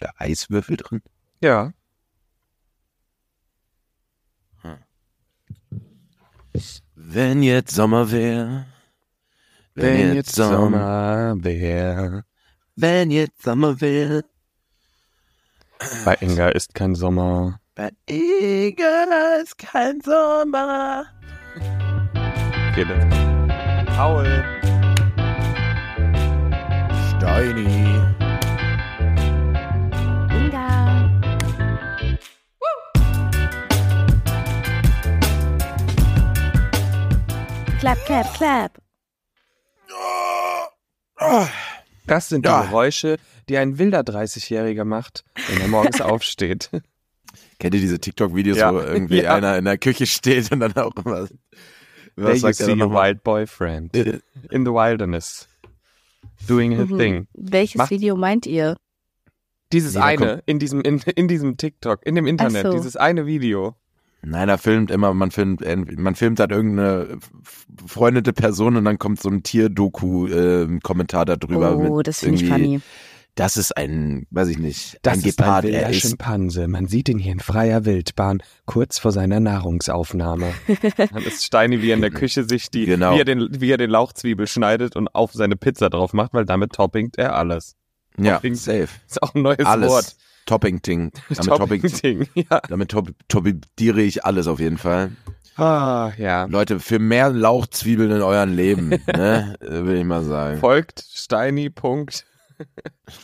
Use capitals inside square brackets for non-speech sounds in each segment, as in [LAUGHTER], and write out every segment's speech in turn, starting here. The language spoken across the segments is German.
da Eiswürfel drin? Ja. Wenn jetzt Sommer wäre. wäre. Wenn jetzt Sommer wäre. Bei Inga ist kein Sommer. Bei Eger ist kein Sommer. Okay, let's Paul. Steini. Inga. Clap, clap, clap. Das sind Ja. die Geräusche, die ein wilder 30-Jähriger macht, wenn er morgens aufsteht. Kennt ihr diese TikTok-Videos, Ja. wo irgendwie [LAUGHS] Ja. einer in der Küche steht und dann auch immer. There Was you sagt er see dann your nochmal? wild boyfriend in the wilderness doing his Mhm. thing. Welches Macht- Video meint ihr? Dieses Nee, da eine in diesem in, in diesem TikTok, in dem Internet, so. dieses eine Video. Nein, er filmt immer, man filmt, ent- man filmt halt irgendeine f- befreundete Person und dann kommt so ein Tier-Doku-Kommentar darüber. oh, mit das finde ich irgendwie, funny. Das ist ein, weiß ich nicht, Das ein ist Gepard, ein wilder er ist. Schimpanse. Man sieht ihn hier in freier Wildbahn, kurz vor [LAUGHS] seiner Nahrungsaufnahme. Dann ist Steini, wie er in der Küche sich die, Mhm. Genau. wie, er den, wie er den Lauchzwiebel schneidet und auf seine Pizza drauf macht, weil damit toppingt er alles. Ja, Topping- safe. Ist auch ein neues alles. Wort. [LAUGHS] Topping-Ting. Damit, topping, Topping-Ding, [LAUGHS] ja. damit top, toppidiere ich alles auf jeden Fall. Ah, ja. Leute, für mehr Lauchzwiebeln in euren Leben, [LAUGHS] ne, äh, will ich mal sagen. Folgt Steini. Punkt.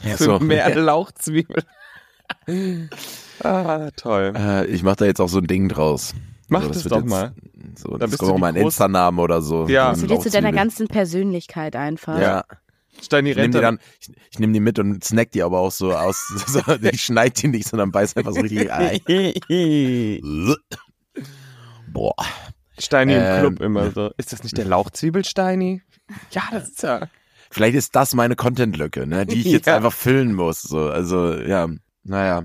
Ja, Für so. [LAUGHS] mehr Lauchzwiebel. ah, toll. Äh, ich mache da jetzt auch so ein Ding draus. Mach so, das wird doch jetzt- mal. So, Dann das bist kommt du auch die mal ein große- Insta-Namen oder so. Ja. So Zu ein dir, zu deiner Lauchzwiebel. ganzen Persönlichkeit einfach. Ja. Steini Ich nehme rennt die dann dann, ich, ich nehm die mit und snack die aber auch so aus. [LAUGHS] So, ich schneid die nicht, sondern beiß einfach so [LAUGHS] richtig ein. Boah. Steini Ähm, im Club immer so. Ist das nicht der Lauchzwiebel-Steini? Ja, das ist er. Vielleicht ist das meine Content-Lücke, ne, die ich jetzt [LAUGHS] Ja. einfach füllen muss. So, also, ja. Naja,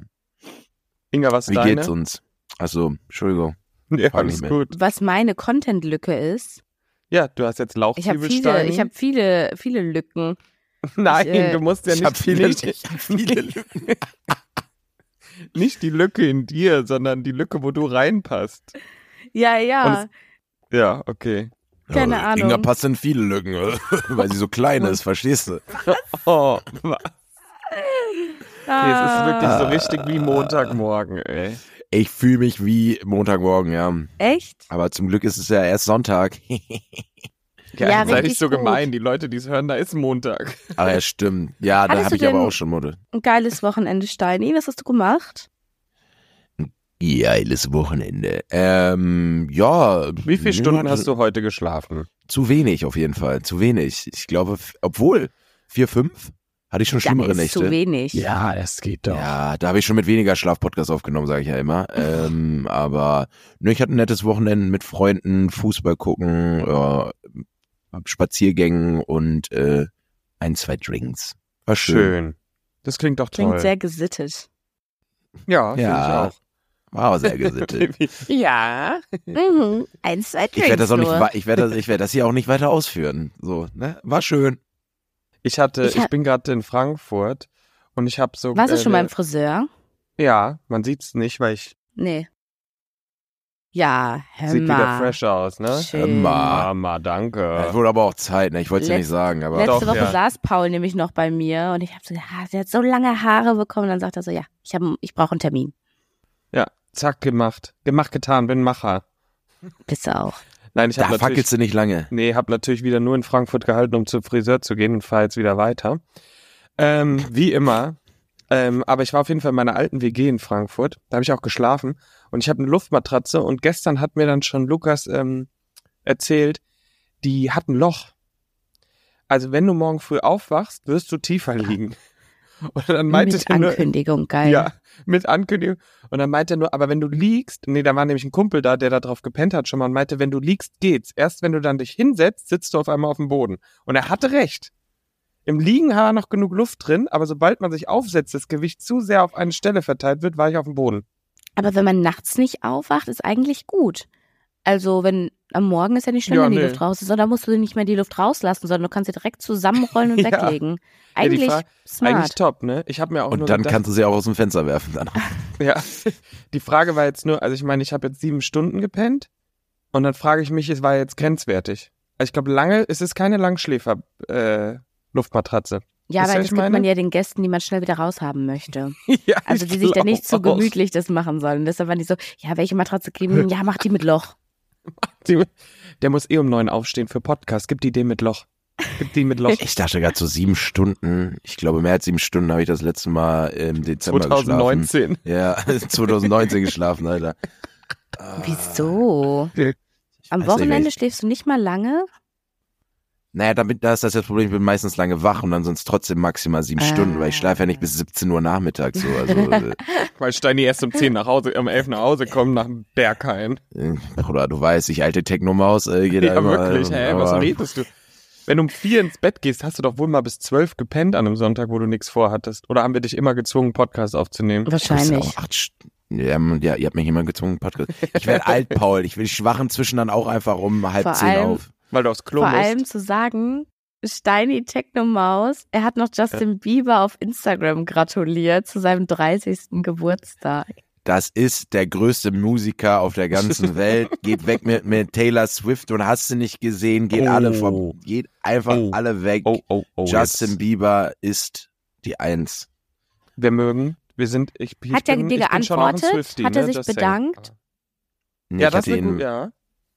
Inga, was wie deine? geht's uns? Achso, Entschuldigung. [LAUGHS] Ja, Frag alles nicht mehr. gut. Was meine Content-Lücke ist, Ja, du hast jetzt ich habe Lauchzwiebelsteine. viele, ich habe viele, viele Lücken. [LAUGHS] Nein, ich, äh, du musst ja ich nicht, hab viele- nicht, ich hab [LAUGHS] viele Lücken. nicht die Lücke in dir, sondern die Lücke, wo du reinpasst. Ja, Und ja. Ja, okay. Keine Ja, Ahnung. Inga passt in viele Lücken, [LAUGHS] weil sie so klein [LAUGHS] ist, verstehst du? Oh, wa- nee, es ist wirklich Ah, so richtig wie Montagmorgen, ey. Ich fühle mich wie Montagmorgen, ja. Echt? Aber zum Glück ist es ja erst Sonntag. [LAUGHS] Ja, Ja, sei richtig nicht so gut. gemein. Die Leute, die es hören, da ist Montag. aber Ah, ja, stimmt. Ja, da Hattest habe du ich aber denn- auch schon Mode. Ein geiles Wochenende, Steini. Was hast du gemacht? Geiles Wochenende. Ähm, ja. also Wie viele Stunden hast du heute geschlafen? Zu wenig auf jeden Fall. Zu wenig. Ich glaube, f- obwohl, vier, fünf hatte ich schon Ja, schlimmere ist Nächte. zu wenig. Ja, das geht Ja, da habe ich schon mit weniger Schlaf Podcast aufgenommen, sage ich ja immer. [LAUGHS] Ähm, aber ne, ich hatte ein nettes Wochenende mit Freunden, Fußball gucken, äh, Spaziergängen und äh, ein, zwei Drinks. War schön. Ah, Schön. Das klingt doch toll. Klingt sehr gesittet. ja, Ja. ja. War aber sehr finde [LAUGHS] gesittet. ich auch. ja. Mhm. Eins, zwei, Ich werde Drinks das auch nicht, nur. wa- ich werde das, ich werde das hier auch nicht weiter ausführen. So, ne? War schön. Ich hatte, Ich ich, ha- bin gerade in Frankfurt und ich habe so. Warst du schon äh, beim Friseur? Ja, man sieht's nicht, weil ich Nee. Ja, hör sieht wieder mal. fresh aus, ne? Schön. Hör mal. Ah, ma, Ja, es danke. wurde aber auch Zeit, ne? Ich wollte es ja Letz- nicht sagen, aber. Letzte Doch, Woche ja. saß Paul nämlich noch bei mir und ich habe so gedacht, ah, der hat so lange Haare bekommen. Dann sagt er so, ja, ich, hab, ich brauche einen Termin. Ja, zack gemacht, gemacht getan, bin Macher. Bist du auch. Nein, ich habe da natürlich. fackelst du nicht lange. Nee, habe natürlich wieder nur in Frankfurt gehalten, um zum Friseur zu gehen und fahre jetzt wieder weiter. Ähm, wie immer. Ähm, aber ich war auf jeden Fall in meiner alten WG in Frankfurt. Da habe ich auch geschlafen und ich habe eine Luftmatratze und gestern hat mir dann schon Lukas ähm, erzählt, die hat ein Loch. Also wenn du morgen früh aufwachst, wirst du tiefer liegen. Und dann meinte Mit der nur, Ankündigung, geil. ja, mit Ankündigung. Und dann meinte er nur, aber wenn du liegst, nee, da war nämlich ein Kumpel da, der da drauf gepennt hat schon mal und meinte, wenn du liegst, geht's. Erst wenn du dann dich hinsetzt, sitzt du auf einmal auf dem Boden. Und er hatte recht. Im Liegen war noch genug Luft drin, aber sobald man sich aufsetzt, das Gewicht zu sehr auf eine Stelle verteilt wird, war ich auf dem Boden. Aber wenn man nachts nicht aufwacht, ist eigentlich gut. Also, wenn am Morgen ist ja nicht schlimm, Ja, wenn die nee. Luft raus ist, sondern musst du nicht mehr die Luft rauslassen, sondern du kannst sie direkt zusammenrollen [LAUGHS] und Ja. weglegen. Ja, die Eigentlich Fra- smart. Eigentlich top, ne? Ich habe mir auch Und nur dann gedacht, kannst du sie auch aus dem Fenster werfen. Dann. [LAUGHS] ja, die Frage war jetzt nur, also ich meine, ich habe jetzt sieben Stunden gepennt und dann frage ich mich, es war jetzt grenzwertig. Also ich glaube, lange, es ist keine Langschläfer äh, Luftmatratze. Wisst ihr, ja, aber was das ich gibt man meine? ja den Gästen, die man schnell wieder raushaben möchte. [LAUGHS] ja, Also ich die sich da nicht zu glaub auch. gemütlich das machen sollen. Deshalb waren die so, ja, welche [LAUGHS] Matratze kriegen? Ja, mach die mit Loch. Die, [LAUGHS] der muss eh um neun aufstehen für Podcast. Gib die dem mit Loch. Gib die mit [LAUGHS] Loch. Ich dachte gerade so sieben Stunden. Ich glaube, mehr als sieben Stunden habe ich das letzte Mal im Dezember 2019. geschlafen. Ja, [LAUGHS] 2019 geschlafen, Alter. Ah. [LAUGHS] Wieso? Ich weiß Am nicht, Hm, Wochenende weil ich- schläfst du nicht mal lange? Naja, damit, da ist das das Problem, ich bin meistens lange wach und dann sonst trotzdem maximal sieben Ah. Stunden, weil ich schlafe ja nicht bis 17 Uhr nachmittags so. Also [LAUGHS] äh, Weil Steini erst um zehn nach Hause, um elf nach Hause kommt nach dem Berghain. äh, Bruder, du weißt, ich alte Techno-Maus, äh, geht Ja, da immer, wirklich, ähm, hä? Was aber- redest du? Wenn du um vier ins Bett gehst, hast du doch wohl mal bis zwölf gepennt an einem Sonntag, wo du nichts vorhattest. Oder haben wir dich immer gezwungen, Podcast aufzunehmen? Das ist Wahrscheinlich. ja auch acht St- ja, man- ja, ihr habt mich immer gezwungen, Podcast. Ich [LAUGHS] werde alt, Paul. Ich will die Schwachen zwischen dann auch einfach um halb Vor zehn allem- auf. Weil du aufs Klo Vor musst. allem zu sagen, Steini Technomaus, er hat noch Justin Bieber auf Instagram gratuliert zu seinem 30. Geburtstag. Das ist der größte Musiker auf der [LAUGHS] ganzen Welt. Geht weg mit, mit Taylor Swift und hast du nicht gesehen, geht Oh. alle vom, geht einfach Oh. alle weg. oh, oh, oh. Justin jetzt. Bieber ist die Eins. Wir mögen, wir sind, ich, ich Hat der bin, dir ich bin schon auch ein geantwortet? Swiftie, Hat er ne? sich Just saying. bedankt? Nee, Ja, ich das hatte ist eine ihn, gute, ja.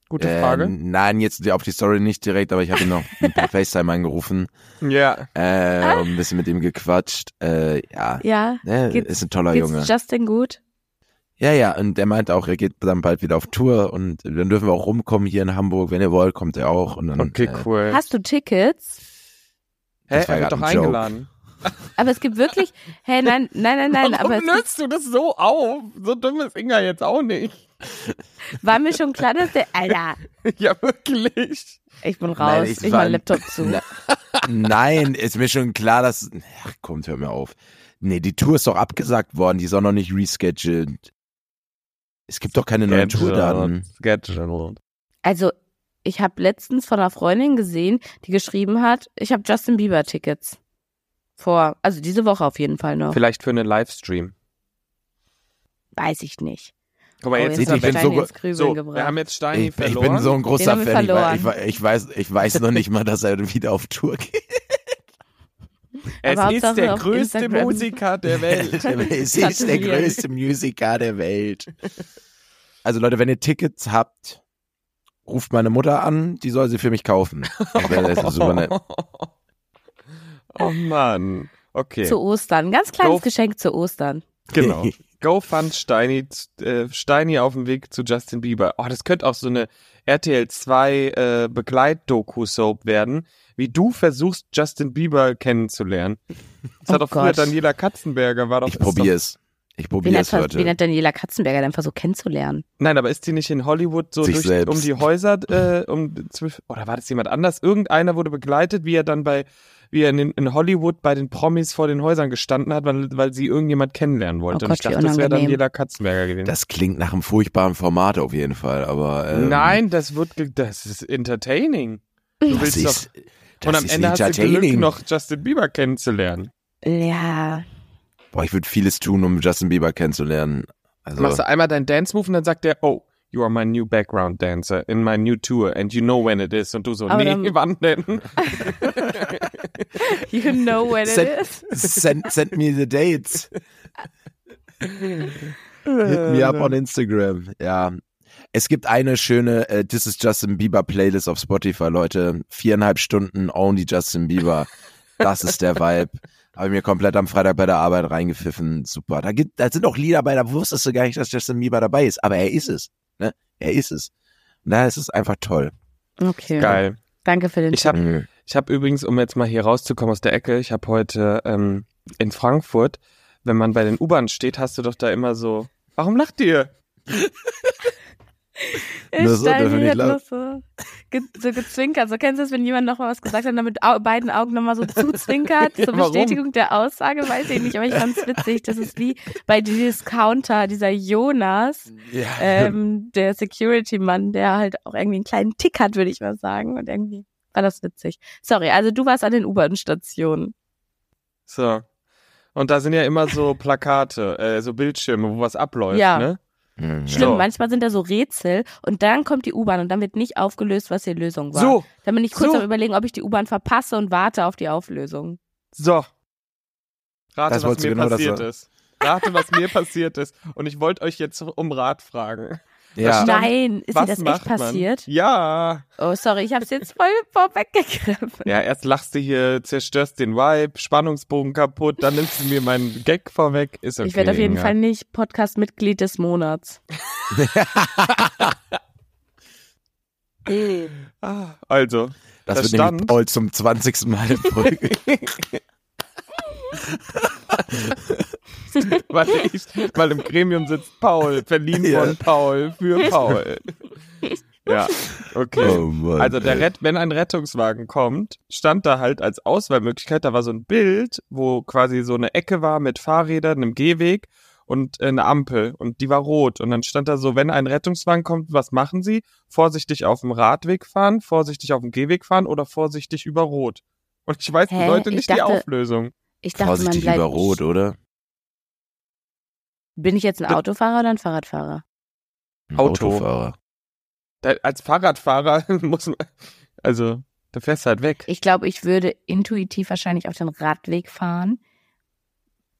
gute ähm, Frage. Nein, jetzt auf die Story nicht direkt, aber ich habe ihn noch [LAUGHS] per FaceTime angerufen, Ja. äh, und ein bisschen mit ihm gequatscht. Äh, ja, Ja, ne, Geht's- ist ein toller Junge. geht's Justin gut? Ja, ja, und der meinte auch, er geht dann bald wieder auf Tour und dann dürfen wir auch rumkommen hier in Hamburg. Wenn ihr wollt, kommt er auch. Und dann, Okay, äh, cool. Hast du Tickets? Hä, Das war er wird grad doch ein Joke. eingeladen. Aber es gibt wirklich, hey, nein, nein, [LAUGHS] nein, nein, aber es Warum löst du das so auf? So dumm ist Inga jetzt auch nicht. gibt, war mir schon klar, dass der, Alter, [LAUGHS] Ja, wirklich. ich bin raus, Nein, ich, ich mach war- mein Laptop zu. Na- Nein, ist mir schon klar, dass. Ach, kommt, hör mir auf. Nee, die Tour ist doch abgesagt worden, die ist auch noch nicht rescheduled. Es gibt doch keine neue Tour dann. Scheduled. Also, ich habe letztens von einer Freundin gesehen, die geschrieben hat, ich habe Justin Bieber Tickets. Vor, also diese Woche auf jeden Fall noch. Vielleicht für einen Livestream. Weiß ich nicht. Guck mal, Oh, jetzt jetzt hat ist er weg. Steini so- ins Grübeln So, gebracht. wir haben jetzt Steini Ich, ich verloren. bin so ein großer Den Fan. haben Ich, wir wei- ich, verloren. wei- ich, weiß, ich weiß noch nicht mal, dass er wieder auf Tour geht. es Aber ist Hauptsache der auf größte Instagram. Musiker [LAUGHS] der Welt. es ist der Gratulieren. größte Musiker der Welt. Also Leute, wenn ihr Tickets habt, ruft meine Mutter an, die soll sie für mich kaufen. Das wär- das ist super nett. [LAUGHS] Oh Mann. Okay. Zu Ostern. Ganz kleines Go- Geschenk zu Ostern. Genau. [LAUGHS] Go fund Steini, äh, Steini auf dem Weg zu Justin Bieber. Oh, das könnte auch so eine RTL 2 äh, Begleit-Doku-Soap werden, wie du versuchst, Justin Bieber kennenzulernen. Das Oh hat doch früher Gott. Daniela Katzenberger, war doch. Ich ist doch- probiere es. Ich Wen probiere hat, es vers- wen heute. hat Daniela Katzenberger denn versucht kennenzulernen? Nein, aber ist die nicht in Hollywood so Sich durch, selbst. um die Häuser, äh, um zwölf, oder war das jemand anders? Irgendeiner wurde begleitet, wie er dann bei, wie er in, den- in Hollywood bei den Promis vor den Häusern gestanden hat, weil, weil sie irgendjemand kennenlernen wollte. Oh Und ich Gott, wie dachte, das wäre unangenehm. Daniela Katzenberger gewesen. Das klingt nach einem furchtbaren Format auf jeden Fall, aber ähm, Nein, das wird, ge- das ist entertaining. Du das willst ist, doch, das und am ist Ende hast du Glück, entertaining. noch Justin Bieber kennenzulernen. Ja. Boah, ich würde vieles tun, um Justin Bieber kennenzulernen. Also Machst du einmal deinen Dance-Move und dann sagt er, oh, you are my new background dancer in my new tour and you know when it is. Und du so, Aber nee, [LAUGHS] dann- wann denn? [LAUGHS] You know when it Send- is. send, send me the dates. Hit me up on Instagram. Ja. Es gibt eine schöne äh, This is Justin Bieber Playlist auf Spotify, Leute. Viereinhalb Stunden Only Justin Bieber. Das ist der [LAUGHS] Vibe. Habe ich mir komplett am Freitag bei der Arbeit reingepfiffen. Super. Da, gibt, da sind auch Lieder bei, da wusstest du gar nicht, dass Justin Bieber dabei ist. Aber er ist es. Ne? Er ist es. Und da ist es einfach toll. Okay. Geil. Danke für den Ich habe Mhm. ich hab übrigens, um jetzt mal hier rauszukommen aus der Ecke, ich habe heute ähm, in Frankfurt, wenn man bei den U-Bahnen steht, hast du doch da immer so, warum lacht ihr? Nur so, dürfen wir Steini nicht hat noch laut. so, ge so gezwinkert. So kennst du das, wenn jemand nochmal was gesagt hat, damit au beiden Augen nochmal [LAUGHS] so zuzwinkert, Ja, zur warum? Bestätigung der Aussage, weiß ich nicht, aber ich fand's witzig. Das ist wie bei Discounter, dieser Jonas, Ja. ähm, der Security-Mann, der halt auch irgendwie einen kleinen Tick hat, würde ich mal sagen. Und irgendwie war das witzig. Sorry, also du warst an den U-Bahn-Stationen. So. Und da sind ja immer so Plakate, äh, so Bildschirme, wo was abläuft, Ja. ne? [LAUGHS] Mhm. Stimmt, So. manchmal sind da so Rätsel und dann kommt die U-Bahn und dann wird nicht aufgelöst, was die Lösung war. So, Dann bin ich kurz So. am überlegen, ob ich die U-Bahn verpasse und warte auf die Auflösung. so. Rate, Das was wolltest du mir genau, das passiert war- ist. Rate, was mir passiert ist. Und ich wollte euch jetzt um Rat fragen. Ja. stimmt. Nein, ist Ähm, was dir das echt macht passiert? Man? Ja. Oh, sorry, ich hab's jetzt voll [LAUGHS] vorweggegriffen. Ja, erst lachst du hier, zerstörst den Vibe, Spannungsbogen kaputt, dann nimmst du mir meinen Gag vorweg. Ist okay. ich werde auf jeden Inga. Fall nicht Podcast-Mitglied des Monats. Ey, Ah, also, Das, Da wird nämlich stand- Paul zum 20. Mal [LAUGHS] in Folge. warte ich, weil im Gremium sitzt Paul, verliehen Ja. von Paul [LAUGHS] für Paul. Ja, okay. oh Mann. Also der ey. Rett, wenn ein Rettungswagen kommt, stand da halt als Auswahlmöglichkeit, da war so ein Bild, wo quasi so eine Ecke war mit Fahrrädern, einem Gehweg und äh, eine Ampel und die war rot und dann stand da so, wenn ein Rettungswagen kommt, was machen Sie? Vorsichtig auf dem Radweg fahren, vorsichtig auf dem Gehweg fahren oder vorsichtig über rot. Und ich weiß bis Hä? heute Ich nicht die dachte- Auflösung. ich dachte, man Vorsichtig bleibt. über Rot, oder? Bin ich jetzt ein Da- Autofahrer oder ein Fahrradfahrer? Ein Auto. Autofahrer. Da, als Fahrradfahrer [LAUGHS] muss man, also da fährst du halt weg. Ich glaube, ich würde intuitiv wahrscheinlich auf den Radweg fahren,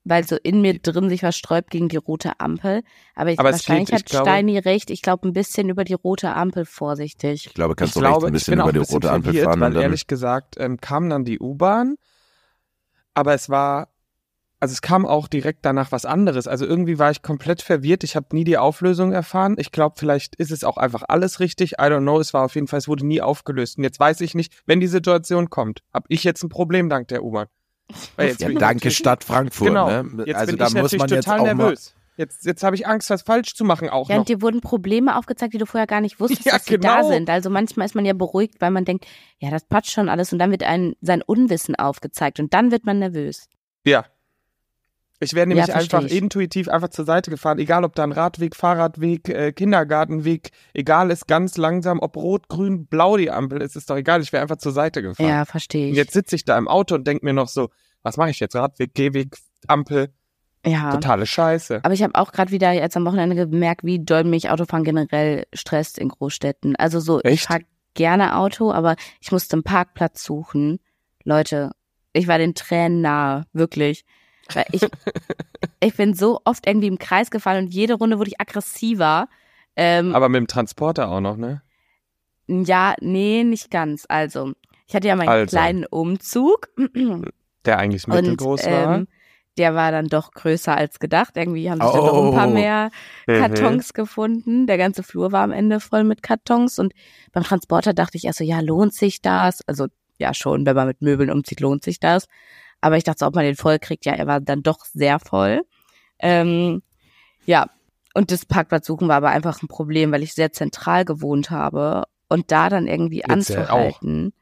weil so in mir drin sich was sträubt gegen die rote Ampel. Aber, ich, Aber es wahrscheinlich geht, ich hat glaube- Steini recht. Ich glaube, ein bisschen über die rote Ampel vorsichtig. Ich glaube, kannst ich du recht glaube, ein ich bisschen bin auch über die ein bisschen rote Ampel verwirrt, fahren Weil und dann ehrlich gesagt ähm, kam dann die U-Bahn, aber es war, also es kam auch direkt danach was anderes. Also irgendwie war ich komplett verwirrt. Ich habe nie die Auflösung erfahren. Ich glaube, vielleicht ist es auch einfach alles richtig. I don't know. Es war auf jeden Fall, es wurde nie aufgelöst. Und jetzt weiß ich nicht, wenn die Situation kommt, habe ich jetzt ein Problem dank der U-Bahn. Weil jetzt Ja, bin ich danke natürlich- Stadt Frankfurt. Genau. Ne? Jetzt also bin da ich muss natürlich man jetzt total auch mal. nervös. Jetzt, jetzt habe ich Angst, was falsch zu machen auch Ja, noch. und dir wurden Probleme aufgezeigt, die du vorher gar nicht [LAUGHS] wusstest, Ja, dass sie da genau. sind. Also manchmal ist man ja beruhigt, weil man denkt, ja, das passt schon alles. Und dann wird ein sein Unwissen aufgezeigt und dann wird man nervös. Ja. Ich wäre nämlich Ja, versteh einfach ich. intuitiv einfach zur Seite gefahren, egal ob da ein Radweg, Fahrradweg, äh, Kindergartenweg, egal ist ganz langsam, ob rot, grün, blau die Ampel ist, ist doch egal, ich wäre einfach zur Seite gefahren. Ja, verstehe Und ich. jetzt sitze ich da im Auto und denke mir noch so, was mache ich jetzt? Radweg, Gehweg, Ampel, ja. totale Scheiße. Aber ich habe auch gerade wieder jetzt am Wochenende gemerkt, wie doll mich Autofahren generell stresst in Großstädten. Also so, ich Echt? fahr gerne Auto, aber ich musste einen Parkplatz suchen. Leute, ich war den Tränen nahe, wirklich. Weil [LAUGHS] ich, ich bin so oft irgendwie im Kreis gefallen und jede Runde wurde ich aggressiver. Ähm, Aber mit dem Transporter auch noch, ne? Ja, nee, nicht ganz. Also, ich hatte ja meinen Also. kleinen Umzug. [CLEARS THROAT] Der eigentlich und mittelgroß war. ähm, der war dann doch größer als gedacht. Irgendwie haben sich dann noch ein paar Oh. mehr Mhm. [LAUGHS] Kartons gefunden. Der ganze Flur war am Ende voll mit Kartons. Und beim Transporter dachte ich erst so, ja, lohnt sich das? Also, ja, schon, wenn man mit Möbeln umzieht, lohnt sich das. Aber ich dachte so, ob man den voll kriegt. Ja, er war dann doch sehr voll. Ähm, ja, und das Parkplatz suchen war aber einfach ein Problem, weil ich sehr zentral gewohnt habe. Und da dann irgendwie Jetzt ja auch. anzuhalten.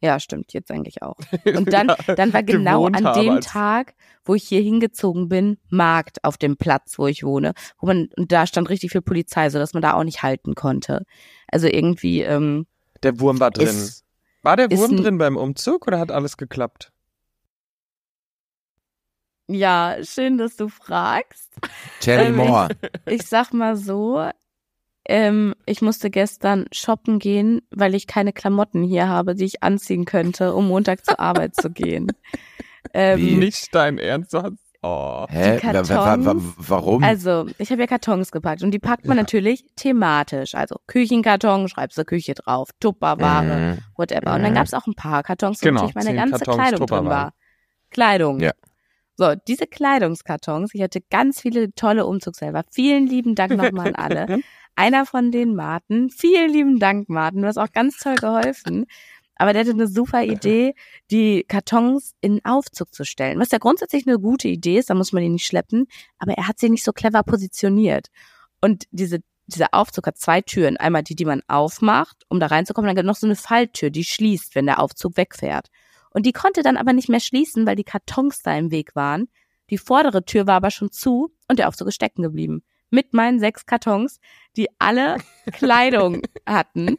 Ja, stimmt, jetzt eigentlich auch. Und dann, Ja, dann [LAUGHS] war genau gewohnt an habe dem als- Tag, wo ich hier hingezogen bin, Markt auf dem Platz, wo ich wohne. Wo man, und da stand richtig viel Polizei, sodass man da auch nicht halten konnte. Also irgendwie, ähm, Der Wurm war drin. Ist- war der ist Wurm ein- drin beim Umzug oder hat alles geklappt? ja, schön, dass [LAUGHS] du fragst. Äh, Cherry Ähm, Moore. Ich sag mal so, ähm, ich musste gestern shoppen gehen, weil ich keine Klamotten hier habe, die ich anziehen könnte, um Montag zur Arbeit zu [LAUGHS] gehen. Wie? Ähm, Nicht dein Ernst, du hast. Oh. Hä? die Wa- wa- wa- wa- Kartons- warum? Also, ich habe ja Kartons gepackt und die packt man natürlich thematisch. Also Küchenkarton, schreibst du Küche drauf, Tupperware, Mhm. whatever. Und dann Mhm. gab es auch ein paar Kartons, wo Äh. Genau, natürlich meine zehn ganze Kartons Kleidung drin Tupperware. war. Kleidung. Ja. So, diese Kleidungskartons, ich hatte ganz viele tolle Umzugshelfer. Vielen lieben Dank nochmal an alle. [LAUGHS] Einer von denen, Martin. Vielen lieben Dank, Martin. Du hast auch ganz toll geholfen. Aber der hatte eine super Idee, die Kartons in Aufzug zu stellen. Was ja grundsätzlich eine gute Idee ist, da muss man die nicht schleppen. Aber er hat sie nicht so clever positioniert. Und diese dieser Aufzug hat zwei Türen. Einmal die, die man aufmacht, um da reinzukommen, dann gibt es noch so eine Falltür, die schließt, wenn der Aufzug wegfährt. Und die konnte dann aber nicht mehr schließen, weil die Kartons da im Weg waren. Die vordere Tür war aber schon zu und der Aufzug ist stecken geblieben. Mit meinen sechs Kartons, die alle Kleidung hatten.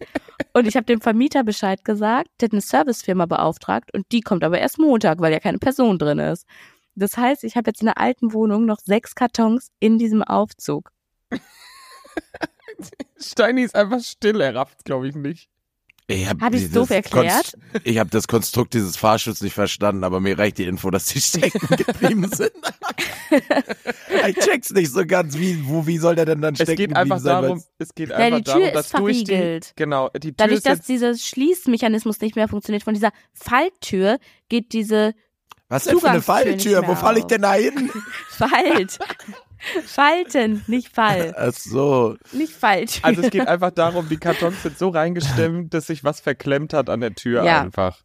Und ich habe dem Vermieter Bescheid gesagt, der hat eine Servicefirma beauftragt und die kommt aber erst Montag, weil ja keine Person drin ist. Das heißt, ich habe jetzt in der alten Wohnung noch sechs Kartons in diesem Aufzug. Steini ist einfach still, er rafft, glaube ich, nicht. Ich habe Hab ich's doof erklärt? Ich habe das Konstrukt dieses Fahrschuls nicht verstanden, aber mir reicht die Info, dass die stecken [LAUGHS] geblieben [LAUGHS] sind. ich check's nicht so ganz. Wie, wo, wie soll der denn dann stecken Es geht geblieben einfach sein? darum, es geht Ja, einfach die Tür darum, ist dass durch die, verriegelt. genau, die Tür Dadurch, ist jetzt dass dieser Schließmechanismus nicht mehr funktioniert, von dieser Falltür geht diese [LAUGHS] Was denn für eine Zugangstür nicht Falltür? mehr Wo falle ich auf. denn da hin? Falt. Falten, nicht [LAUGHS] Fall. Ach so. Nicht falsch. Also es [LAUGHS] geht einfach darum, die Kartons sind so reingestemmt, dass sich was verklemmt hat an der Tür Ja. einfach.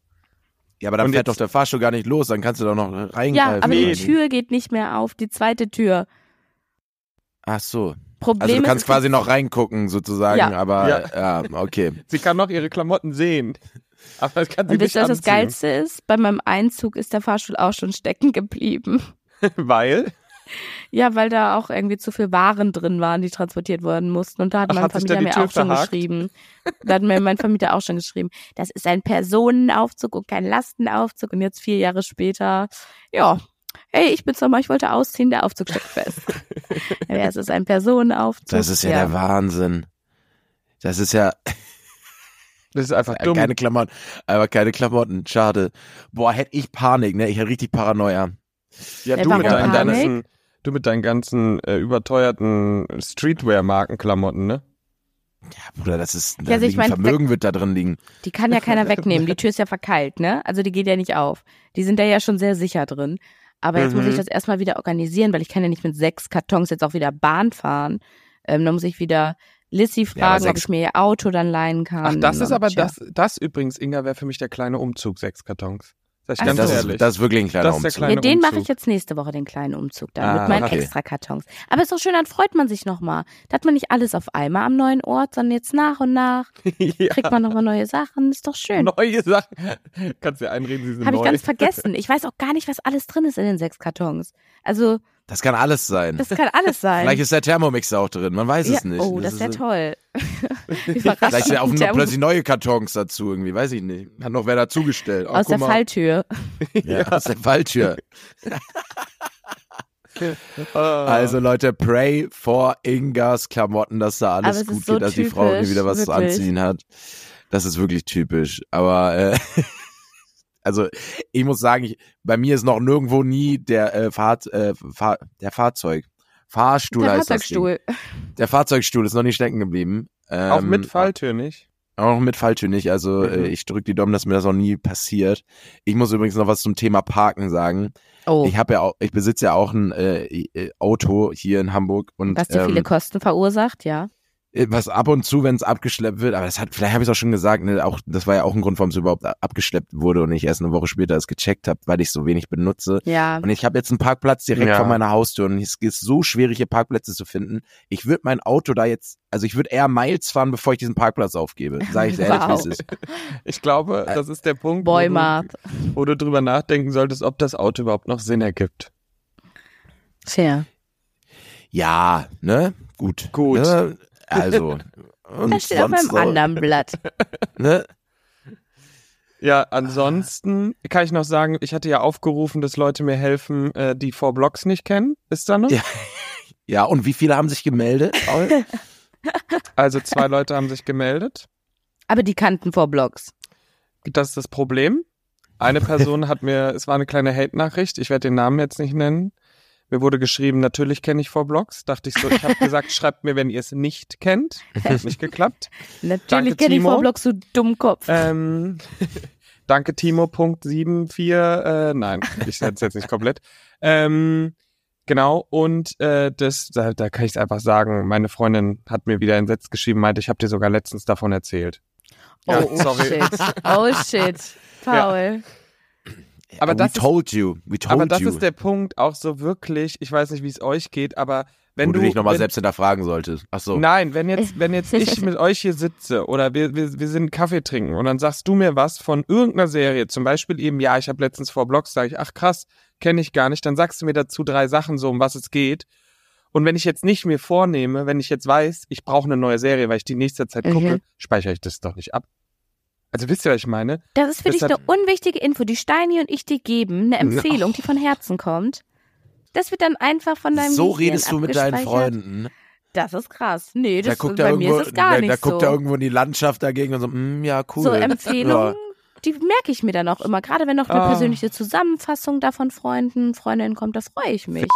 Ja, aber dann Und fährt jetzt- doch der Fahrstuhl gar nicht los, dann kannst du doch noch reingreifen. [LAUGHS] ja, aber Nee. die Tür geht nicht mehr auf, die zweite Tür. Ach so. Problem Also du ist, kannst es quasi gibt- noch reingucken sozusagen, Ja. aber ja, okay. Sie kann noch ihre Klamotten sehen, aber es kann sie Und wisst nicht ihr, was das anziehen, Geilste ist? Bei meinem Einzug ist der Fahrstuhl auch schon stecken geblieben. [LAUGHS] weil Ja, weil da auch irgendwie zu viel Waren drin waren, die transportiert werden mussten. Und da hat Ach, mein hat sich da Vermieter die mir Tür auch schon verhakt? geschrieben. Da hat mir mein Vermieter auch schon geschrieben. Das ist ein Personenaufzug und kein Lastenaufzug. Und jetzt vier Jahre später, ja, hey, ich bin's nochmal, ich wollte ausziehen, der Aufzug steckt [LAUGHS] fest. ja, es ist ein Personenaufzug. Das ist ja, der Wahnsinn. Das ist ja äh, das ist einfach dumm. keine Klamotten, aber keine Klamotten, schade. Boah, hätte ich Panik, ne? Ich hätte richtig Paranoia. ja, Ja, du warum mit deinen Panik? ganzen, du mit deinen ganzen äh, überteuerten Streetwear-Markenklamotten, ne? Ja, Bruder, das ist Ja, da also ich liegen meine, Vermögen wird da drin liegen. Die kann [LAUGHS] ja keiner wegnehmen. Die Tür ist ja verkeilt, ne? Also die geht ja nicht auf. Die sind da ja schon sehr sicher drin. Aber jetzt muss Mhm. ich das erstmal wieder organisieren, weil ich kann ja nicht mit sechs Kartons jetzt auch wieder Bahn fahren. Ähm, dann muss ich wieder Lissy Ja, aber fragen, ob sechs- ich mir ihr Auto dann leihen kann. Ach, das ist Und, aber ja. das, das übrigens, Inga, wäre für mich der kleine Umzug, sechs Kartons. Sag ich Ach ganz das, ehrlich. [LAUGHS] Ist, das ist wirklich ein kleiner Das ist der Umzug. kleine- Ja, den mache Umzug. ich jetzt nächste Woche, den kleinen Umzug dann, Ah, mit meinen okay. extra Kartons. Aber ist doch schön, dann freut man sich nochmal. Da hat man nicht alles auf einmal am neuen Ort, sondern jetzt nach und nach ja, kriegt man nochmal neue Sachen. Ist doch schön. [LAUGHS] neue Sachen. Kannst dir einreden, sie sind Habe neu. ich ganz vergessen. Ich weiß auch gar nicht, was alles drin ist in den sechs Kartons. Also, Das kann alles sein. Das kann alles sein. Vielleicht ist der Thermomix auch drin, man weiß es Ja, nicht. Oh, das, ist ja ist- [LAUGHS] toll. Vielleicht Überraschend. sind auch nur Der- plötzlich neue Kartons dazu irgendwie, weiß ich nicht. Hat noch wer dazugestellt. Oh, aus guck der mal. Falltür. [LAUGHS] Ja, aus der Falltür. Ah. Also Leute, pray for Ingas Klamotten, dass da Aber alles es gut ist so geht, dass die Frau irgendwie typisch, wieder was zu wirklich. anziehen hat. Das ist wirklich typisch. Aber äh, [LAUGHS] also ich muss sagen, ich, bei mir ist noch nirgendwo nie der äh, Fahrt, äh, Fahr, der Fahrzeug. Fahrstuhl der heißt Fahrzeugstuhl. das. Ding. Der Fahrzeugstuhl ist noch nicht stecken geblieben. Ähm, Auch mit Falltür nicht. Auch mit Falltür nicht. Also Mhm. äh, ich drücke die Daumen, dass mir das noch nie passiert. Ich muss übrigens noch was zum Thema Parken sagen. Oh, Ich habe ja auch, ich besitze ja auch ein äh, äh, Auto hier in Hamburg und was dir viele ähm, Kosten verursacht, ja. äh, was ab und zu, wenn es abgeschleppt wird, aber das hat, vielleicht habe ich auch schon gesagt, ne, auch das war ja auch ein Grund, warum es überhaupt a- abgeschleppt wurde und ich erst eine Woche später es gecheckt habe, weil ich so wenig benutze. Ja, Und ich habe jetzt einen Parkplatz direkt Ja. vor meiner Haustür und es ist so schwierig, hier Parkplätze zu finden. Ich würde mein Auto da jetzt, also ich würde eher Miles fahren, bevor ich diesen Parkplatz aufgebe. Sag [LAUGHS] ich dir ehrlich, Wow. wie es ist. Ich glaube, Äh, das ist der Punkt, wo du, Bäume. wo du drüber nachdenken solltest, ob das Auto überhaupt noch Sinn ergibt. Fair. Ja, ne? Gut. Gut. Ne? Also. Und [LAUGHS] Das steht auf sonst einem so, anderen Blatt. Ne? Ja, ansonsten kann ich noch sagen, ich hatte ja aufgerufen, dass Leute mir helfen, äh, die Four Blocks nicht kennen. Ist da noch? Ja. Ja, und wie viele haben sich gemeldet? [LAUGHS] Paul? Also zwei Leute haben sich gemeldet. Aber die kannten vor Blogs. Das ist das Problem. Eine Person hat mir, es war eine kleine Hate-Nachricht, ich werde den Namen jetzt nicht nennen. Mir wurde geschrieben, natürlich kenne ich Four Blocks. Dachte ich so, ich habe gesagt, schreibt mir, wenn ihr es nicht kennt. Hat nicht geklappt. Danke, Natürlich kenne ich Timo. vor Blogs, du Dummkopf. Ähm, danke, Timo. Punkt 74. Äh, nein, ich setze es jetzt nicht komplett. Ähm, genau, und äh, das, da, da kann ich es einfach sagen. Meine Freundin hat mir wieder einen Satz geschrieben, meinte, ich habe dir sogar letztens davon erzählt. oh, ja, oh sorry. shit. Oh [LAUGHS] shit. Paul. Aber We das ist- told you. We told aber das you. ist der Punkt, auch so wirklich, ich weiß nicht, wie es euch geht, aber Wenn Wenn wo du, du, dich nochmal wenn, selbst hinterfragen solltest. Ach so. Nein, wenn jetzt, wenn jetzt ich mit euch hier sitze oder wir, wir, wir sind Kaffee trinken und dann sagst du mir was von irgendeiner Serie, zum Beispiel eben, ja, ich habe letztens vor Blogs, sage ich, ach krass, kenne ich gar nicht, dann sagst du mir dazu drei Sachen, so um was es geht. Und wenn ich jetzt nicht mir vornehme, wenn ich jetzt weiß, ich brauche eine neue Serie, weil ich die nächste Zeit Mhm. gucke, speichere ich das doch nicht ab. Also wisst ihr, was [LAUGHS] ich meine? Das ist für Das dich hat- eine unwichtige Info, die Steini und ich dir geben, eine Empfehlung, die von Herzen kommt. Das wird dann einfach von deinem so Gehirn redest du mit deinen abgespeichert. Freunden. Das ist krass. Nee, Da das guckt bei er irgendwo, mir ist es gar da, nicht da guckt so. er irgendwo in die Landschaft dagegen und so, mm, ja, cool. So ähm, Empfehlungen, Ja. die merke ich mir dann auch immer. Gerade wenn noch eine Ah. persönliche Zusammenfassung da von Freunden, Freundinnen kommt, da freue ich mich.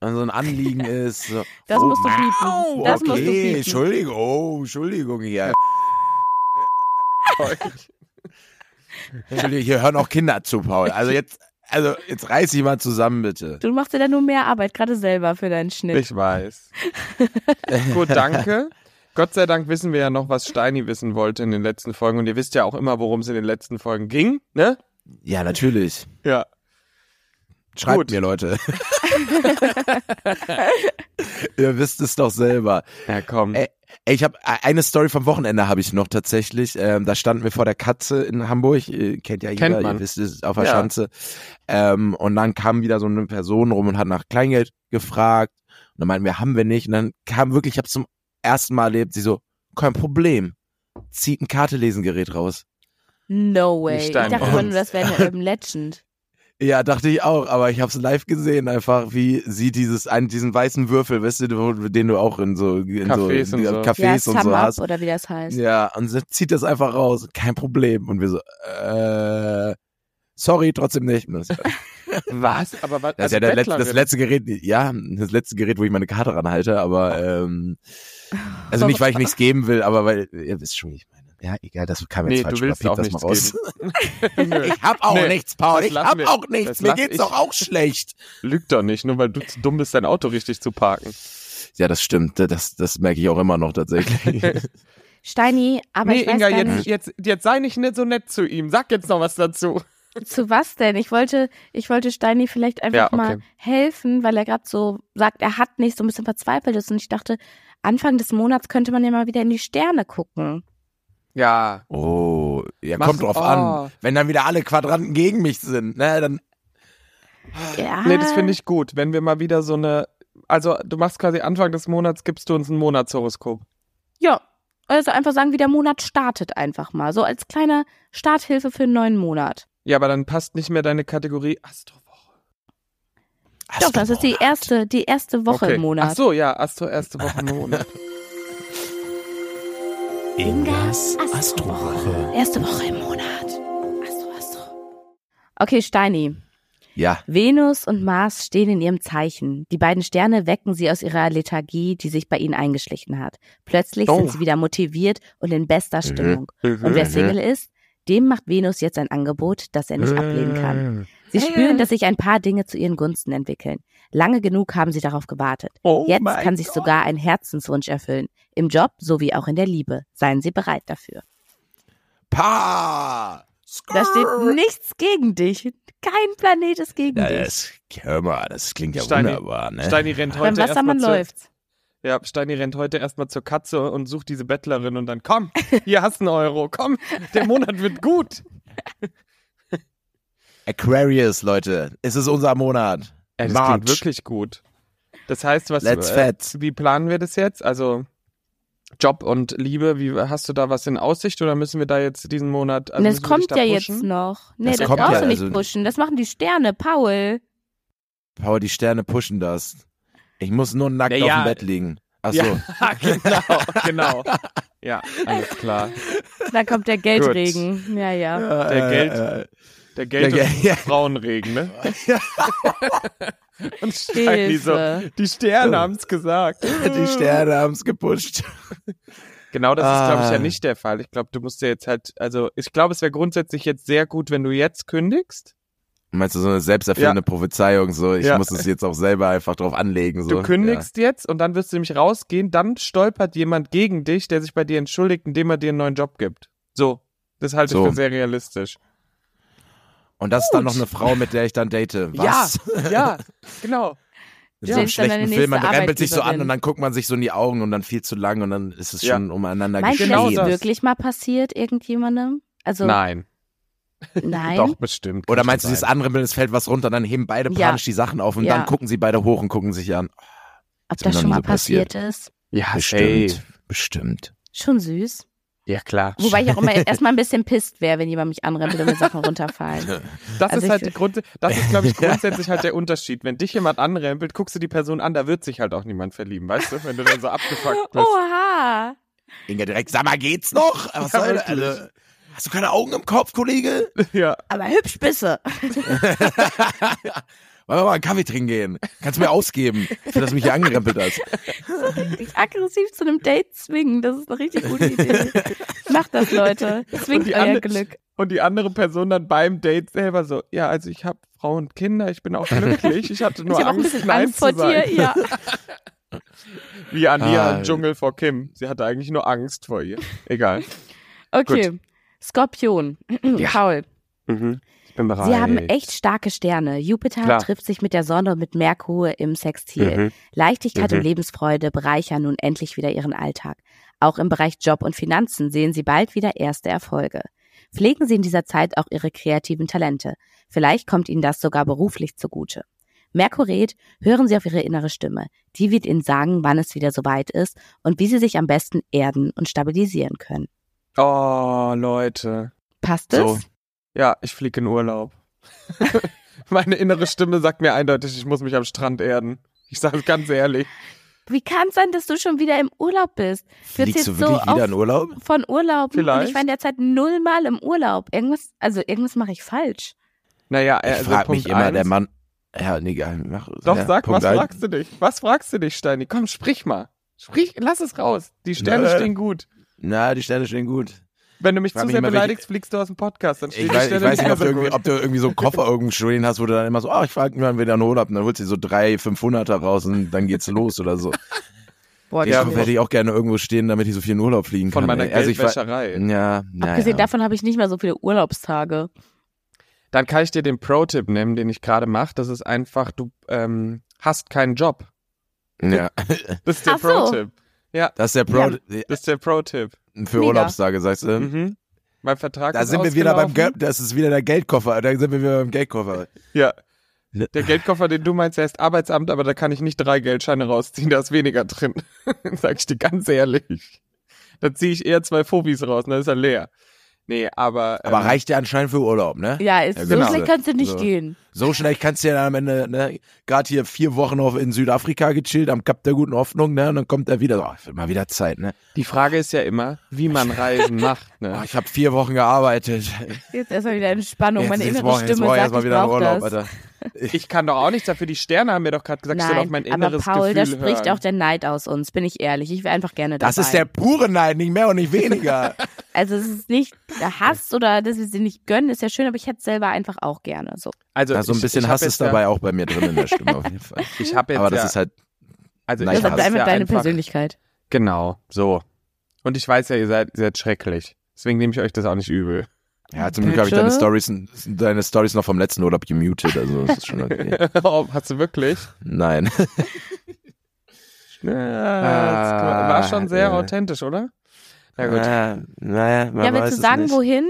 Wenn so ein [LAUGHS] Anliegen ist. So, Das musst du piepen. au, Das okay, musst du piepen. Entschuldigung, oh, Entschuldigung hier. Entschuldigung, hier hören auch Kinder zu, Paul. Also jetzt, also jetzt reiß dich mal zusammen, bitte. Du machst dir da nur mehr Arbeit, gerade selber für deinen Schnitt. Ich weiß. [LAUGHS] Gut, danke. Gott sei Dank wissen wir ja noch, was Steini wissen wollte in den letzten Folgen. Und ihr wisst ja auch immer, worum es in den letzten Folgen ging, ne? Ja, natürlich. Ja. Schreibt Gut. mir, [LAUGHS] Leute. [LAUGHS] Ihr wisst es doch selber. Ja, komm. Äh, Ey, Ey, ich habe eine Story vom Wochenende habe ich noch tatsächlich. Ähm, da standen wir vor der Katze in Hamburg, äh, kennt ja jeder, Kennt man. ihr wisst es, auf der Ja. Schanze. Ähm, und dann kam wieder so eine Person rum und hat nach Kleingeld gefragt. Und dann meinten wir, haben wir nicht. Und dann kam wirklich, ich habe zum ersten Mal erlebt, sie so, kein Problem, zieht ein Kartelesengerät raus. No way. Ich Nicht dein dachte immer nur, Ernst. das wäre eine [LAUGHS] Urban Legend. Ja, dachte ich auch, aber ich habe es live gesehen, einfach wie sie dieses, einen, diesen weißen Würfel, weißt du, wo- den du auch in so in Cafés so, und in so. Cafés ja, und Sum so Up hast. oder wie das heißt. Ja, und sie zieht das einfach raus. Kein Problem. Und wir so, äh, sorry, trotzdem nicht. Das, [LAUGHS] das was? Aber also was? ist ja der letzte, das letzte Gerät, ja, das letzte Gerät, wo ich meine Karte ranhalte, aber, ähm, also nicht, weil [LAUGHS] ich nichts geben will, aber weil, ihr wisst schon, wie ich meine. Ja, egal, das kam jetzt Nee, falsch. du willst rüber. auch Piep nichts das mal raus. [LAUGHS] Nö, Ich hab auch Nee, nichts, Paul. das Ich lassen hab wir- auch das nichts. Mir lass geht's ich. doch auch schlecht. Lüg doch nicht, nur weil du zu dumm bist, dein Auto richtig zu parken. Ja, das stimmt. Das, das merke ich auch immer noch tatsächlich. [LAUGHS] Steini, aber nee, ich weiß Inga, gar jetzt, nicht, jetzt, jetzt sei nicht net- so nett zu ihm. Sag jetzt noch was dazu. zu was denn? Ich wollte, ich wollte Steini vielleicht einfach Ja, okay. mal helfen, weil er gerade so sagt, er hat nicht so ein bisschen verzweifelt ist. Und ich dachte, Anfang des Monats könnte man ja mal wieder in die Sterne gucken. Ja. Oh, ja, Mach- kommt drauf oh. an. Wenn dann wieder alle Quadranten gegen mich sind, ne, dann Ja. Nee, das finde ich gut, wenn wir mal wieder so eine. Also, du machst quasi Anfang des Monats, gibst du uns ein Monatshoroskop. Ja. Also einfach sagen, wie der Monat startet einfach mal. So als kleine Starthilfe für einen neuen Monat. Ja, aber dann passt nicht mehr deine Kategorie Astrowoche. Doch, das ist die erste, die erste Woche im Monat. Ach so, ja, Astro, erste Woche im [LAUGHS] Monat. Ingas Astrowoche. Erste Woche im Monat. Astro, Astro. Okay, Steini. Ja, Venus und Mars stehen in ihrem Zeichen. Die beiden Sterne wecken sie aus ihrer Lethargie, die sich bei ihnen eingeschlichen hat. Plötzlich Oh. sind sie wieder motiviert und in bester Stimmung. Und wer Mhm. Single ist, dem macht Venus jetzt ein Angebot, das er nicht ablehnen kann. Sie spüren, dass sich ein paar Dinge zu ihren Gunsten entwickeln. Lange genug haben sie darauf gewartet. Oh Jetzt mein kann sich Gott. sogar ein Herzenswunsch erfüllen. Im Job sowie auch in der Liebe. Seien Sie bereit dafür. Pa! Da steht nichts gegen dich. Kein Planet ist gegen Ja, dich. das, hör mal, das klingt ja Steini- wunderbar, ne? Steini rennt Beim heute erstmal Wassermann zur, läuft's. ja, Steini rennt heute erstmal zur Katze und sucht diese Bettlerin und dann komm, hier hast du einen Euro, komm, der Monat wird gut. Aquarius, Leute, es ist unser Monat. [LAUGHS] Ey, das March. klingt wirklich gut. Das heißt, was Let's äh, fetz. wie planen wir das jetzt? Also Job und Liebe, wie hast du da was in Aussicht oder müssen wir da jetzt diesen Monat also Und das müssen wir dich Ne, kommt ja da jetzt pushen? noch. Nee, Das das, kommt brauchst ja, du nicht also- pushen. Das machen die Sterne, Paul. Paul, die Sterne pushen das. Ich muss nur nackt Naja. auf dem Bett liegen. Ach so. [LAUGHS] Ja, [LAUGHS] genau, genau. Ja, alles klar. Da kommt der Geldregen. Ja, ja. Der Geld- Äh, Der Geld- Der und Geld- ja. Frauenregen, ne? [LAUGHS] und Steini so, [LAUGHS] Hilfe. die Sterne haben's gesagt. Äh, die Sterne haben's gepusht. Genau, das ist, glaube ich, Ah. ja nicht der Fall. Ich glaube, du musst ja jetzt halt, also ich glaube, es wäre grundsätzlich jetzt sehr gut, wenn du jetzt kündigst. Meinst du so eine selbsterfüllende Ja. Prophezeiung? So, ich Ja. muss es jetzt auch selber einfach drauf anlegen. So. Du kündigst jetzt und dann wirst du nämlich rausgehen, dann stolpert jemand gegen dich, der sich bei dir entschuldigt, indem er dir einen neuen Job gibt. So. Das halte So. ich für sehr realistisch. [LAUGHS] Ja. Und das ist dann noch eine Frau, mit der ich dann date. Was? Ja, ja, genau. In so einem Selbst dann schlechten deine Film, man nächste Arbeit rempelt sich so an überwinden. und dann guckt man sich so in die Augen und dann viel zu lang und dann ist es Ja. schon umeinander Meinst du, geschehen. Genau das Genau ist das. wirklich mal passiert irgendjemandem? Also Nein. nein. Doch, bestimmt. Oder Kann meinst du, schon dieses sein. Anribbeln, es fällt was runter, dann heben beide Ja. panisch die Sachen auf und Ja. dann gucken sie beide hoch und gucken sich an. Ob Ist mir das noch schon nie so mal passiert, passiert. ist? Ja, Bestimmt. safe. Bestimmt. Schon süß. Ja, klar. Wobei ich auch immer erstmal ein bisschen pisst wäre, wenn jemand mich anrempelt und [LAUGHS] mir Sachen runterfallen. Das Also ist ich halt wür- die Grund, das ist, [LAUGHS] glaube ich, grundsätzlich halt der Unterschied. Wenn dich jemand anrempelt, guckst du die Person an, da wird sich halt auch niemand verlieben, weißt du? Wenn du dann so abgefuckt bist. Oh. Oha. Inga direkt, sag mal, geht's noch? Was Ja, soll das? wirklich. Also, hast du keine Augen im Kopf, Kollege? [LAUGHS] Ja. Aber hübsch bist du. Wollen wir mal einen Kaffee trinken gehen? Kannst du mir ausgeben, für das du mich hier angerempelt [LAUGHS] hast? Dich aggressiv zu einem Date zwingen, das ist eine richtig gute [LAUGHS] Idee. Macht das, Leute. Zwingt die euer andere- Glück. Und die andere Person dann beim Date selber so, ja, also ich habe Frau und Kinder, ich bin auch glücklich, ich hatte nur [LAUGHS] ich habe auch ein Angst, bisschen Nein Angst vor zu sein. dir. [LAUGHS] Ja. Wie Anja Ah. im Dschungel vor Kim. Sie hatte eigentlich nur Angst vor ihr. [LAUGHS] Egal. Okay. Skorpion. [CLEARS THROAT] Ja. Paul. Mhm. Ich bin bereit. Sie haben echt starke Sterne. Jupiter Klar. trifft sich mit der Sonne und mit Merkur im Sextil. Leichtigkeit Mhm. und Lebensfreude bereichern nun endlich wieder ihren Alltag. Auch im Bereich Job und Finanzen sehen Sie bald wieder erste Erfolge. Pflegen Sie in dieser Zeit auch Ihre kreativen Talente. Vielleicht kommt Ihnen das sogar beruflich zugute. Merkur rät, hören Sie auf Ihre innere Stimme. Die wird Ihnen sagen, wann es wieder soweit ist und wie Sie sich am besten erden und stabilisieren können. Oh, Leute. Passt es? So. Ja, ich fliege in Urlaub. [LAUGHS] Meine innere Stimme sagt mir eindeutig, ich muss mich am Strand erden. Ich sage es ganz ehrlich. Wie kann es sein, dass du schon wieder im Urlaub bist? Du Fliegst du erzählst wirklich so wieder oft in Urlaub? von Urlaub und ich Vielleicht. war in der Zeit nullmal im Urlaub. Irgendwas, also irgendwas mache ich falsch. Naja, Ich also frag Punkt mich immer, der eins. Mann. Ja, nee, geil. Mach, Doch, ja, sag, Punkt was eins. fragst du dich? Was fragst du dich, Steini? Komm, sprich mal. Sprich, lass es raus. Die Sterne Nö. stehen gut. Na, die Sterne stehen gut. Wenn du mich Frag zu mich sehr immer, welche- beleidigst, fliegst du aus dem Podcast. Dann stehen Ich die weiß, ich Sterne weiß nicht, mehr ob du, so irgendwie, gut. ob du irgendwie so einen Koffer irgendwo stehen hast, wo du dann immer so, ach, ich frag mal, wieder einen Urlaub. Und dann holst du dir so drei 500er raus und dann geht's los oder so. Boah, Den Ja, Kopf aber- hätte ich auch gerne irgendwo stehen, damit ich so viel in Urlaub fliegen kann. Von meiner ey. also ich war, Geldwäscherei. Ja, naja. Abgesehen davon habe ich nicht mehr so viele Urlaubstage. Dann kann ich dir den Pro-Tipp nehmen, den ich gerade mache. Das ist einfach, du ähm, hast keinen Job. Ja, Das ist der Ach so. Pro-Tipp. das ist der Pro äh, Das ist der Pro-Tipp. für Mega. Urlaubstage, sagst du? Mhm. Mein Vertrag ne? Da ist sind wir wieder beim Geld, ausgelaufen. das ist wieder der Geldkoffer, da sind wir wieder beim Geldkoffer. Ja. Ne. Der Geldkoffer, den du meinst, der heißt Arbeitsamt, aber da kann ich nicht drei Geldscheine rausziehen, da ist weniger drin. [LAUGHS] Sag ich dir ganz ehrlich. Da ziehe ich eher zwei Phobis raus, und dann ist er leer. Nee, aber. Aber ähm, reicht ja anscheinend für Urlaub, ne? Ja, ist, Ja, genau. so schnell kannst du nicht So. gehen. So schlecht kannst du ja dann am Ende, ne, gerade hier vier Wochen auf, in Südafrika gechillt, am Kap der guten Hoffnung, ne, und dann kommt er wieder, oh, mal wieder Zeit, ne. Die Frage ist ja immer, [LAUGHS] wie man Reisen macht. Oh, Ne? ich habe vier Wochen gearbeitet. Jetzt erstmal wieder Entspannung. Meine jetzt innere brauch- jetzt Stimme brauch ich sagt, erst mal ich wieder einen brauche Urlaub, das. Alter. Ich kann doch auch nichts dafür. Die Sterne haben mir doch gerade gesagt, ich soll auf mein Nein, aber inneres Gefühl Paul, da spricht hören. auch der Neid aus uns, bin ich ehrlich. Ich wäre einfach gerne dabei. Das ist der pure Neid, nicht mehr und nicht weniger. [LAUGHS] also es ist nicht der Hass oder dass wir sie nicht gönnen, ist ja schön, aber ich hätte es selber einfach auch gerne. So. Also, Also ein ich- bisschen ich hab Hass jetzt ist ja- dabei auch bei mir drin in der Stimme auf jeden Fall. Ich habe jetzt Aber das ja, ist halt, also Nein, ich Das Hass ist hab's einfach ja deine einfach- Persönlichkeit. Genau, so. Und ich weiß ja, ihr seid, ihr seid schrecklich. Deswegen nehme ich euch das auch nicht übel. ja, zum Glück habe ich Bitte? deine Stories, deine Stories noch vom letzten Urlaub gemutet, also das ist schon okay. [LAUGHS] oh, hast du wirklich? Nein. Ja, das Ah, war schon sehr ja. authentisch, oder? Na gut. Ah, [LAUGHS] naja, man Ja, weiß willst du es sagen, nicht. wohin?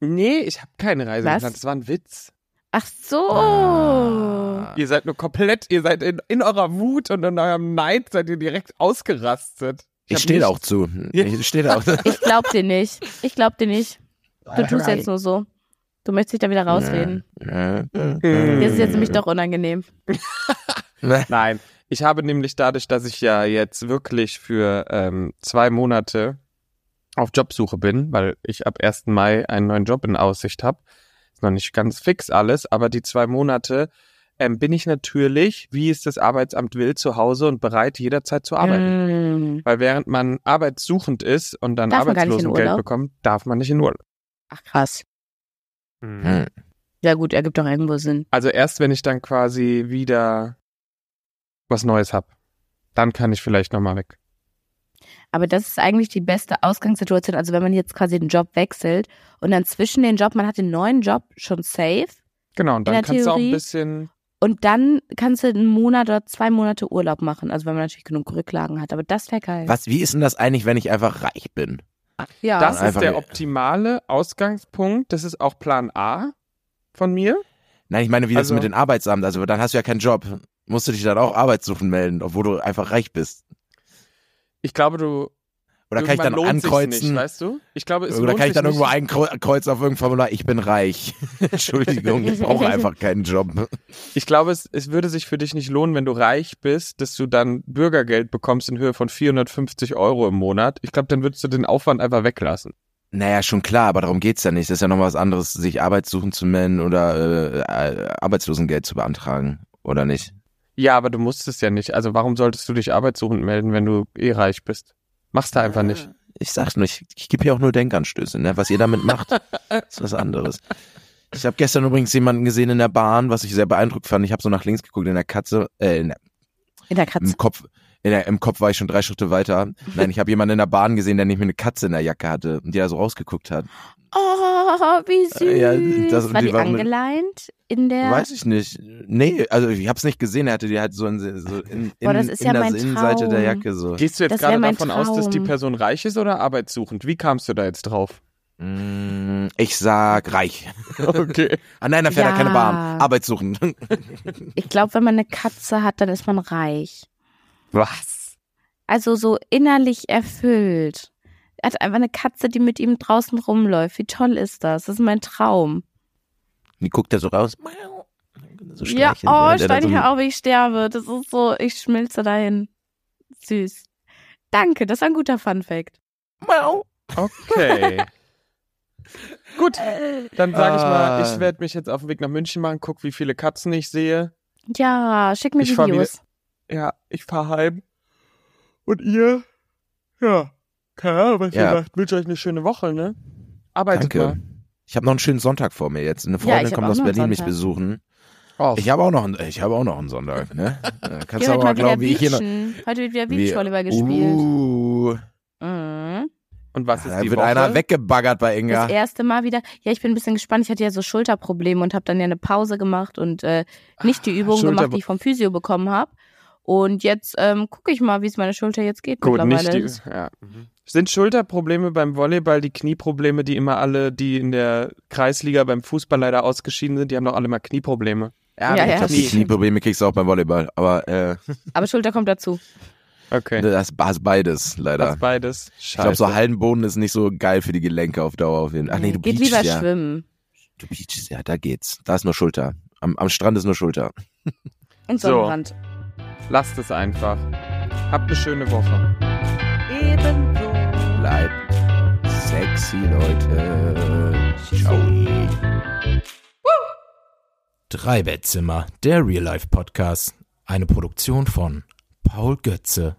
Nee, ich habe keine Reise Was? geplant. Das war ein Witz. Ach so. Ah. Ihr seid nur komplett, ihr seid in, in eurer Wut und in eurem Neid seid ihr direkt ausgerastet. Ich hab stehe da nicht- auch zu. Ja. Ich stehe da auch zu. Ich glaub dir nicht. Ich glaub dir nicht. [LAUGHS] Du tust jetzt nur so. Du möchtest dich da wieder rausreden. Dir ist es jetzt nämlich doch unangenehm. Nein, ich habe nämlich dadurch, dass ich ja jetzt wirklich für ähm, zwei Monate auf Jobsuche bin, weil ich ab 1. Mai einen neuen Job in Aussicht habe, ist noch nicht ganz fix alles, aber die zwei Monate ähm, bin ich natürlich, wie es das Arbeitsamt will, zu Hause und bereit, jederzeit zu arbeiten. Mm. Weil während man arbeitssuchend ist und dann Darf man gar nicht in Arbeitslosengeld Urlaub? bekommt, darf man nicht in Urlaub. Ach krass. Hm. Hm. Ja gut, ergibt doch irgendwo Sinn. Also erst wenn ich dann quasi wieder was Neues habe, dann kann ich vielleicht nochmal weg. Aber das ist eigentlich die beste Ausgangssituation. Also wenn man jetzt quasi den Job wechselt und dann zwischen den Job, man hat den neuen Job schon safe Genau, und dann der kannst du auch ein Theorie. bisschen Und dann kannst du einen Monat oder zwei Monate Urlaub machen. Also wenn man natürlich genug Rücklagen hat. Aber das wäre geil. Was, wie ist denn das eigentlich, wenn ich einfach reich bin? Ja. Das ist Einfach- der optimale Ausgangspunkt. Das ist auch Plan A von mir. Nein, ich meine, wie Also- das mit den Arbeitsamt, also dann hast du ja keinen Job. Musst du dich dann auch arbeitssuchen melden, obwohl du einfach reich bist. Ich glaube, du. Oder kann ich dann irgendwann lohnt sich's Nicht, ankreuzen? weißt du? Ich glaube, es Oder lohnt kann ich dann sich irgendwo nicht. einkreuzen auf irgendeinem Formular, ich bin reich. [LAUGHS] Entschuldigung, ich brauche einfach keinen Job. Ich glaube, es, es würde sich für dich nicht lohnen, wenn du reich bist, dass du dann Bürgergeld bekommst in Höhe von 450 Euro im Monat. Ich glaube, dann würdest du den Aufwand einfach weglassen. Naja, schon klar, aber darum geht's ja nicht. Es ist ja noch was anderes, sich Arbeitssuchen zu melden oder äh, äh, Arbeitslosengeld zu beantragen, oder nicht? Ja, aber du musst es ja nicht. Also warum solltest du dich arbeitssuchend melden, wenn du eh reich bist? Machst du Ah. einfach nicht. Ich sag's nur, ich, ich gebe hier auch nur Denkanstöße. Ne? Was ihr damit [LAUGHS] macht, ist was anderes. Ich habe gestern übrigens jemanden gesehen in der Bahn, was ich sehr beeindruckt fand. Ich habe so nach links geguckt in der Katze, äh, in der In der Katze. Im Kopf, in der, im Kopf war ich schon drei Schritte weiter. Nein, ich habe jemanden in der Bahn gesehen, der nicht mehr eine Katze in der Jacke hatte und die da so rausgeguckt hat. Oh, wie süß. Äh, ja, das- und war die die waren mit- angeleint in der... Weiß ich nicht. Nee, also ich habe es nicht gesehen. Er hatte die halt so in, so in, in, Boah, das ist in ja der mein Innenseite der Traum. Jacke so. Gehst du jetzt Das wär gerade mein davon aus, dass die Traum. Person reich ist oder arbeitssuchend? Wie kamst du da jetzt drauf? Mm, Ich sag reich. Okay. Ah nein, da fährt er Ja. keine Bahn. Arbeitssuchend. Ich glaube, wenn man eine Katze hat, dann ist man reich. Was? Also so innerlich erfüllt. Er hat einfach eine Katze, die mit ihm draußen rumläuft. Wie toll ist das? Das ist mein Traum. Die guckt da so raus. So ja, Sternchen, oh, der da steig so ich ein- auf, ich sterbe. Das ist so, ich schmilze dahin. Süß. Danke, das war ein guter Fun Fact. Okay. [LAUGHS] Gut, dann sage ich mal, Ah. ich werde mich jetzt auf den Weg nach München machen, guck, wie viele Katzen ich sehe. Ja, schick mir Ich fahr Videos. Ja, ich fahre heim. Und ihr? Ja. Keine Ahnung, was Ja. ihr macht. Wünsche euch eine schöne Woche, ne? Arbeitet Danke. Ich habe noch einen schönen Sonntag vor mir jetzt. Eine ich Freundin hab kommt auch aus noch einen Berlin mich Sonntag. besuchen. mal. Oh, Ich habe auch noch einen, ich habe auch noch einen Sonntag, ne? [LAUGHS] Da Kannst du Geh heute aber mal mal wieder glauben, wie ich hier noch. beachen. Heute wird wieder wie- Beachvolleyball gespielt. Uh, Mhm. Und was ist da die wird Woche? einer weggebaggert bei Inga. Das erste Mal wieder. Ja, ich bin ein bisschen gespannt. Ich hatte ja so Schulterprobleme und habe dann ja eine Pause gemacht und äh, nicht die Übung Ah, Schulter- gemacht, die ich vom Physio bekommen habe. Und jetzt ähm, gucke ich mal, wie es meiner Schulter jetzt geht Gut, nicht mittlerweile. die. Mhm. Ja. Sind Schulterprobleme beim Volleyball die Knieprobleme, die immer alle, die in der Kreisliga beim Fußball leider ausgeschieden sind, die haben doch alle mal Knieprobleme. Ja, ja. Ich glaube, die Knie. Knieprobleme kriegst du auch beim Volleyball. Aber äh, Aber Schulter kommt dazu. Okay. das hast beides, leider. Das beides. Ich glaube, Scheiße. so Hallenboden ist nicht so geil für die Gelenke auf Dauer auf jeden Fall. Ach nee, du Geht beachst lieber ja. schwimmen. Du beachst ja, da geht's. Da ist nur Schulter. Am, am Strand ist nur Schulter. Und So. Sonnenbrand. Lasst es einfach. Habt eine schöne Woche. Bleibt sexy, Leute. Ciao. Drei Bettzimmer, der Real Life Podcast. Eine Produktion von Paul Götze.